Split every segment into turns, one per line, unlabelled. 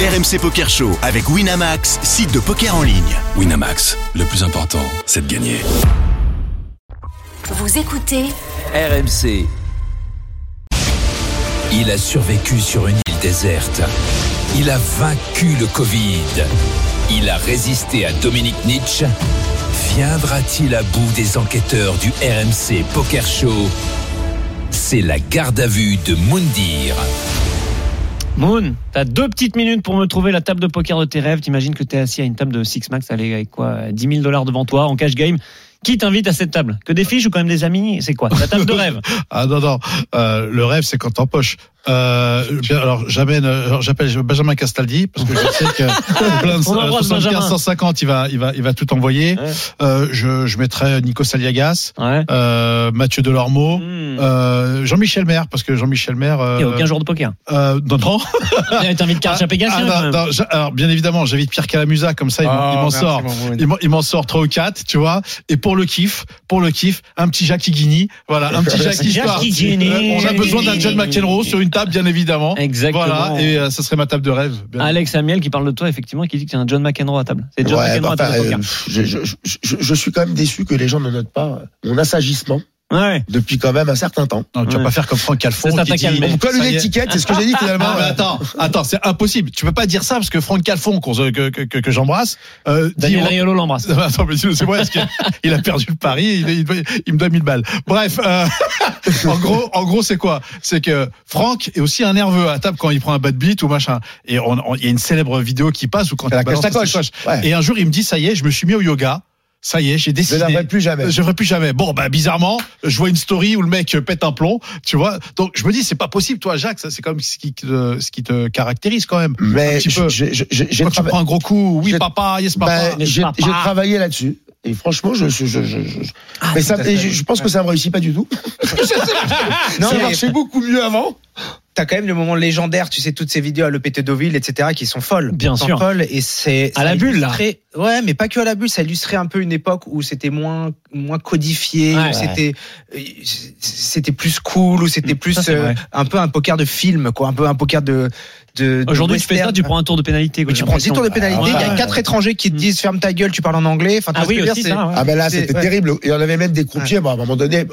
RMC Poker Show avec Winamax, site de poker en ligne.
Winamax, le plus important, c'est de gagner.
Vous écoutez
RMC. Il a survécu sur une île déserte. Il a vaincu le Covid. Il a résisté à Dominique Nietzsche. Viendra-t-il à bout des enquêteurs du RMC Poker Show C'est la garde à vue de Moundir.
Moon, t'as deux petites minutes pour me trouver la table de poker de tes rêves. T'imagines que t'es assis à une table de Six Max, allez avec quoi 10 000 dollars devant toi en cash game. Qui t'invite à cette table Que des fiches ou quand même des amis C'est quoi La table de rêve
Ah non, non. Euh, le rêve, c'est quand t'empoches. Euh, bien, alors, j'amène, euh, j'appelle Benjamin Castaldi, parce que je sais que au plein de
On embrasse
75,
Benjamin.
150, il va, il va, il va tout envoyer.
Ouais.
Euh, je, je mettrai Nico Saliagas,
Ouais.
euh, Mathieu Delormeau,
Hmm.
euh, Jean-Michel Maire, parce que Jean-Michel Maire, euh,
Et aucun joueur de poker.
euh, non, non.
Eh, T'invites Karl Chapegas
Ah,
quand
non,
même. Ah,
non, j'a- alors, bien évidemment, j'invite Pierre Calamusa, comme ça, il m'en- il m'en sort. Il m'en- il m'en sort 3 ou 4, tu vois. Et pour le kiff, pour le kiff, un petit Jackie Guigny. Voilà, un petit Jackie
Jackie
Star.
Guigny.
Euh, On a
Jackie
besoin d'un
Guigny.
John McEnroe sur une table, bien évidemment.
Exactement.
Voilà, et euh, ça serait ma table de rêve. bien.
Alex Amiel qui parle de toi, effectivement, qui dit que t'es un John McEnroe à table. C'est John
Ouais,
McEnroe
bah,
à table de
enfin,
poker.
euh, je, je- je- je- je suis quand même déçu que les gens ne notent pas mon assagissement
Ouais.
depuis quand même un certain temps.
Non, tu vas
Ouais.
pas faire comme Franck Calfon.
Ça, ça
qui
t'a
dit-
calmé.
On me colle
Ça
une
y est.
étiquette, c'est ce que j'ai dit finalement.
Ah, mais
euh,
attends, attends, c'est impossible. Tu peux pas dire ça parce que Franck Calfon, qu'on se- que, que, que, que j'embrasse, euh, dit-
Daniel Riolo l'embrasse.
Attends, mais sinon, c'est moi, parce qu'il il a perdu le pari, il, il, doit- il me donne 1000 balles. Bref, euh, en gros, en gros, c'est quoi C'est que Franck est aussi un nerveux à table quand il prend un bad beat ou machin. Et on- on- il y a une célèbre vidéo qui passe où quand
La
il balance
cache-sacoche.
sa sacoche.
Ouais.
Et un jour, il me dit ça y est, je me suis mis au yoga. Ça y est, j'ai
Je
décidé.
n'en ferai plus jamais.
Euh, Je ferai plus jamais. Bon, bah bizarrement, je vois une story où le mec pète un plomb, tu vois. Donc je me dis, c'est pas possible, toi, Jacques. Ça, c'est quand même ce qui, te- ce qui te caractérise quand même. un
Mais
petit
je-
peu.
je- je- je- j'ai
Quand tu
trava-
prends un gros coup, oui,
j'ai-
papa, yes, papa.
bah,
n'est-ce
j'ai-
pas,
j'ai
pas.
travaillé là-dessus. Et franchement, je, je, je, je, je- mais ça, et je, je pense que ça me réussit pas du tout. non, ça
mais-
marchait beaucoup mieux avant.
Ah T'as quand même le moment légendaire, tu sais, toutes ces vidéos à l'EPT Deauville, etc., qui sont folles.
Bien
Sont
sûr.
folles, et c'est.
À
ça
la bulle, là.
illustrait- Ouais, mais pas que à la bulle, ça illustrait un peu une époque où c'était moins, moins codifié,
Ouais.
où c'était, euh, c'était plus cool, où c'était plus
Mm, c'est
euh,
vrai.
un peu un poker de film, quoi, un peu un poker de. de de
Aujourd'hui, tu fais ça,
western.
tu prends un tour de pénalité. quoi,
Mais tu
j'ai
prends 10 tours de
l'impression.
pénalité, il y a
Ouais.
quatre étrangers qui te
Mm.
disent ferme ta gueule, tu parles en anglais. Enfin, tu
Ah
vois ce que
oui,
je veux
aussi,
dire,
ça. ouais.
Ah ben là,
C'est-
c'était
ouais.
terrible. Il y en avait même des croupiers. Bon, à un moment donné,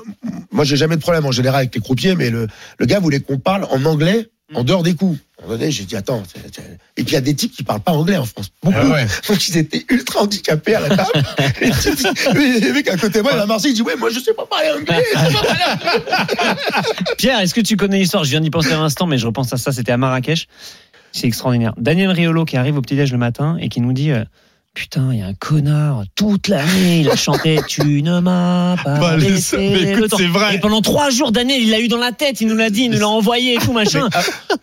moi, j'ai jamais de problème en général avec les croupiers, mais le, le gars voulait qu'on parle en anglais en dehors des coups. À un moment donné, j'ai dit attends. c'est- c'est- Et puis il y a des types qui parlent pas anglais en France. Beaucoup.
Ah
Donc ils étaient ultra handicapés à la table. Les types, les- les mecs à côté de moi, il y en a Marseille, il dit ouais, moi je sais pas parler anglais.
Pierre, est-ce que tu connais l'histoire Je viens d'y penser à l'instant, mais je repense à ça. C'était à Marrakech. C'est extraordinaire. Daniel Riolo qui arrive au petit-déj le matin et qui nous dit euh, Putain, il y a un connard, toute l'année, il a chanté Tu ne m'as pas.
Bah, les-
laissé
mais
le
écoute,
temps.
c'est vrai.
Et pendant trois jours, Daniel, il l'a eu dans la tête, il nous l'a dit, il nous l'a envoyé et tout, machin.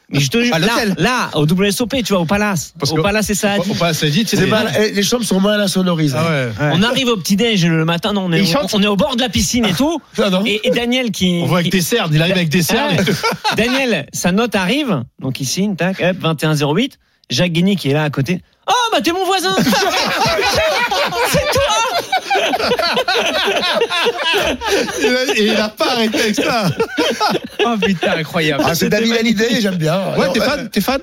Mais je te jure,
à
là,
l'hôtel.
là, au WSOP, tu vois, au Palace.
Parce
au
que-
Palace, c'est ça.
Faut- faut pas assez vite, c'est
C'est
des-
mal- eh, les chambres sont mal insonorisées.
Ah ouais.
On arrive au petit-déj le matin, non, on, est,
Il chante.
on est au bord de la piscine et tout.
Non, non.
Et, et Daniel qui.
Ah On voit
qui-
avec des cernes, il arrive avec des cernes.
Ouais. Daniel, sa note arrive, donc il signe, tac, hop, 21,08. Jacques Guigny qui est là à côté. Oh, bah t'es mon voisin
Et il a- et il a pas arrêté avec ça.
Oh putain, incroyable.
Ah, c'est David Hallyday, j'aime bien.
Ouais,
Alors,
t'es
euh,
fan, t'es fan.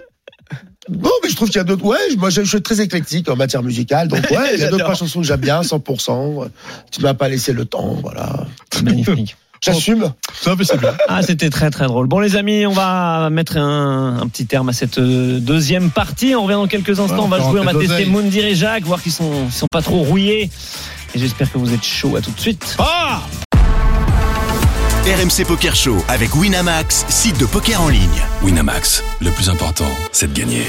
Bon, mais je trouve qu'il y a d'autres. Ouais, moi je, je suis très éclectique en matière musicale, donc ouais, il y a d'autres
J'adore.
trois chansons que j'aime bien, 100%. Tu m'as pas laissé le temps, voilà.
Magnifique.
J'assume.
Non, mais c'est bien.
Ah, c'était très très drôle. Bon, les amis, on va mettre un, un petit terme à cette euh, deuxième partie. On revient dans quelques instants.
Ouais,
on va
encore
jouer,
un
on va
peu
tester
d'oseille.
Moundir et Jacques, voir qu'ils sont, ils sont pas trop rouillés. Et j'espère que vous êtes chaud. À tout de suite.
RMC Poker Show avec Winamax, site de poker en ligne.
Winamax, le plus important, c'est de gagner.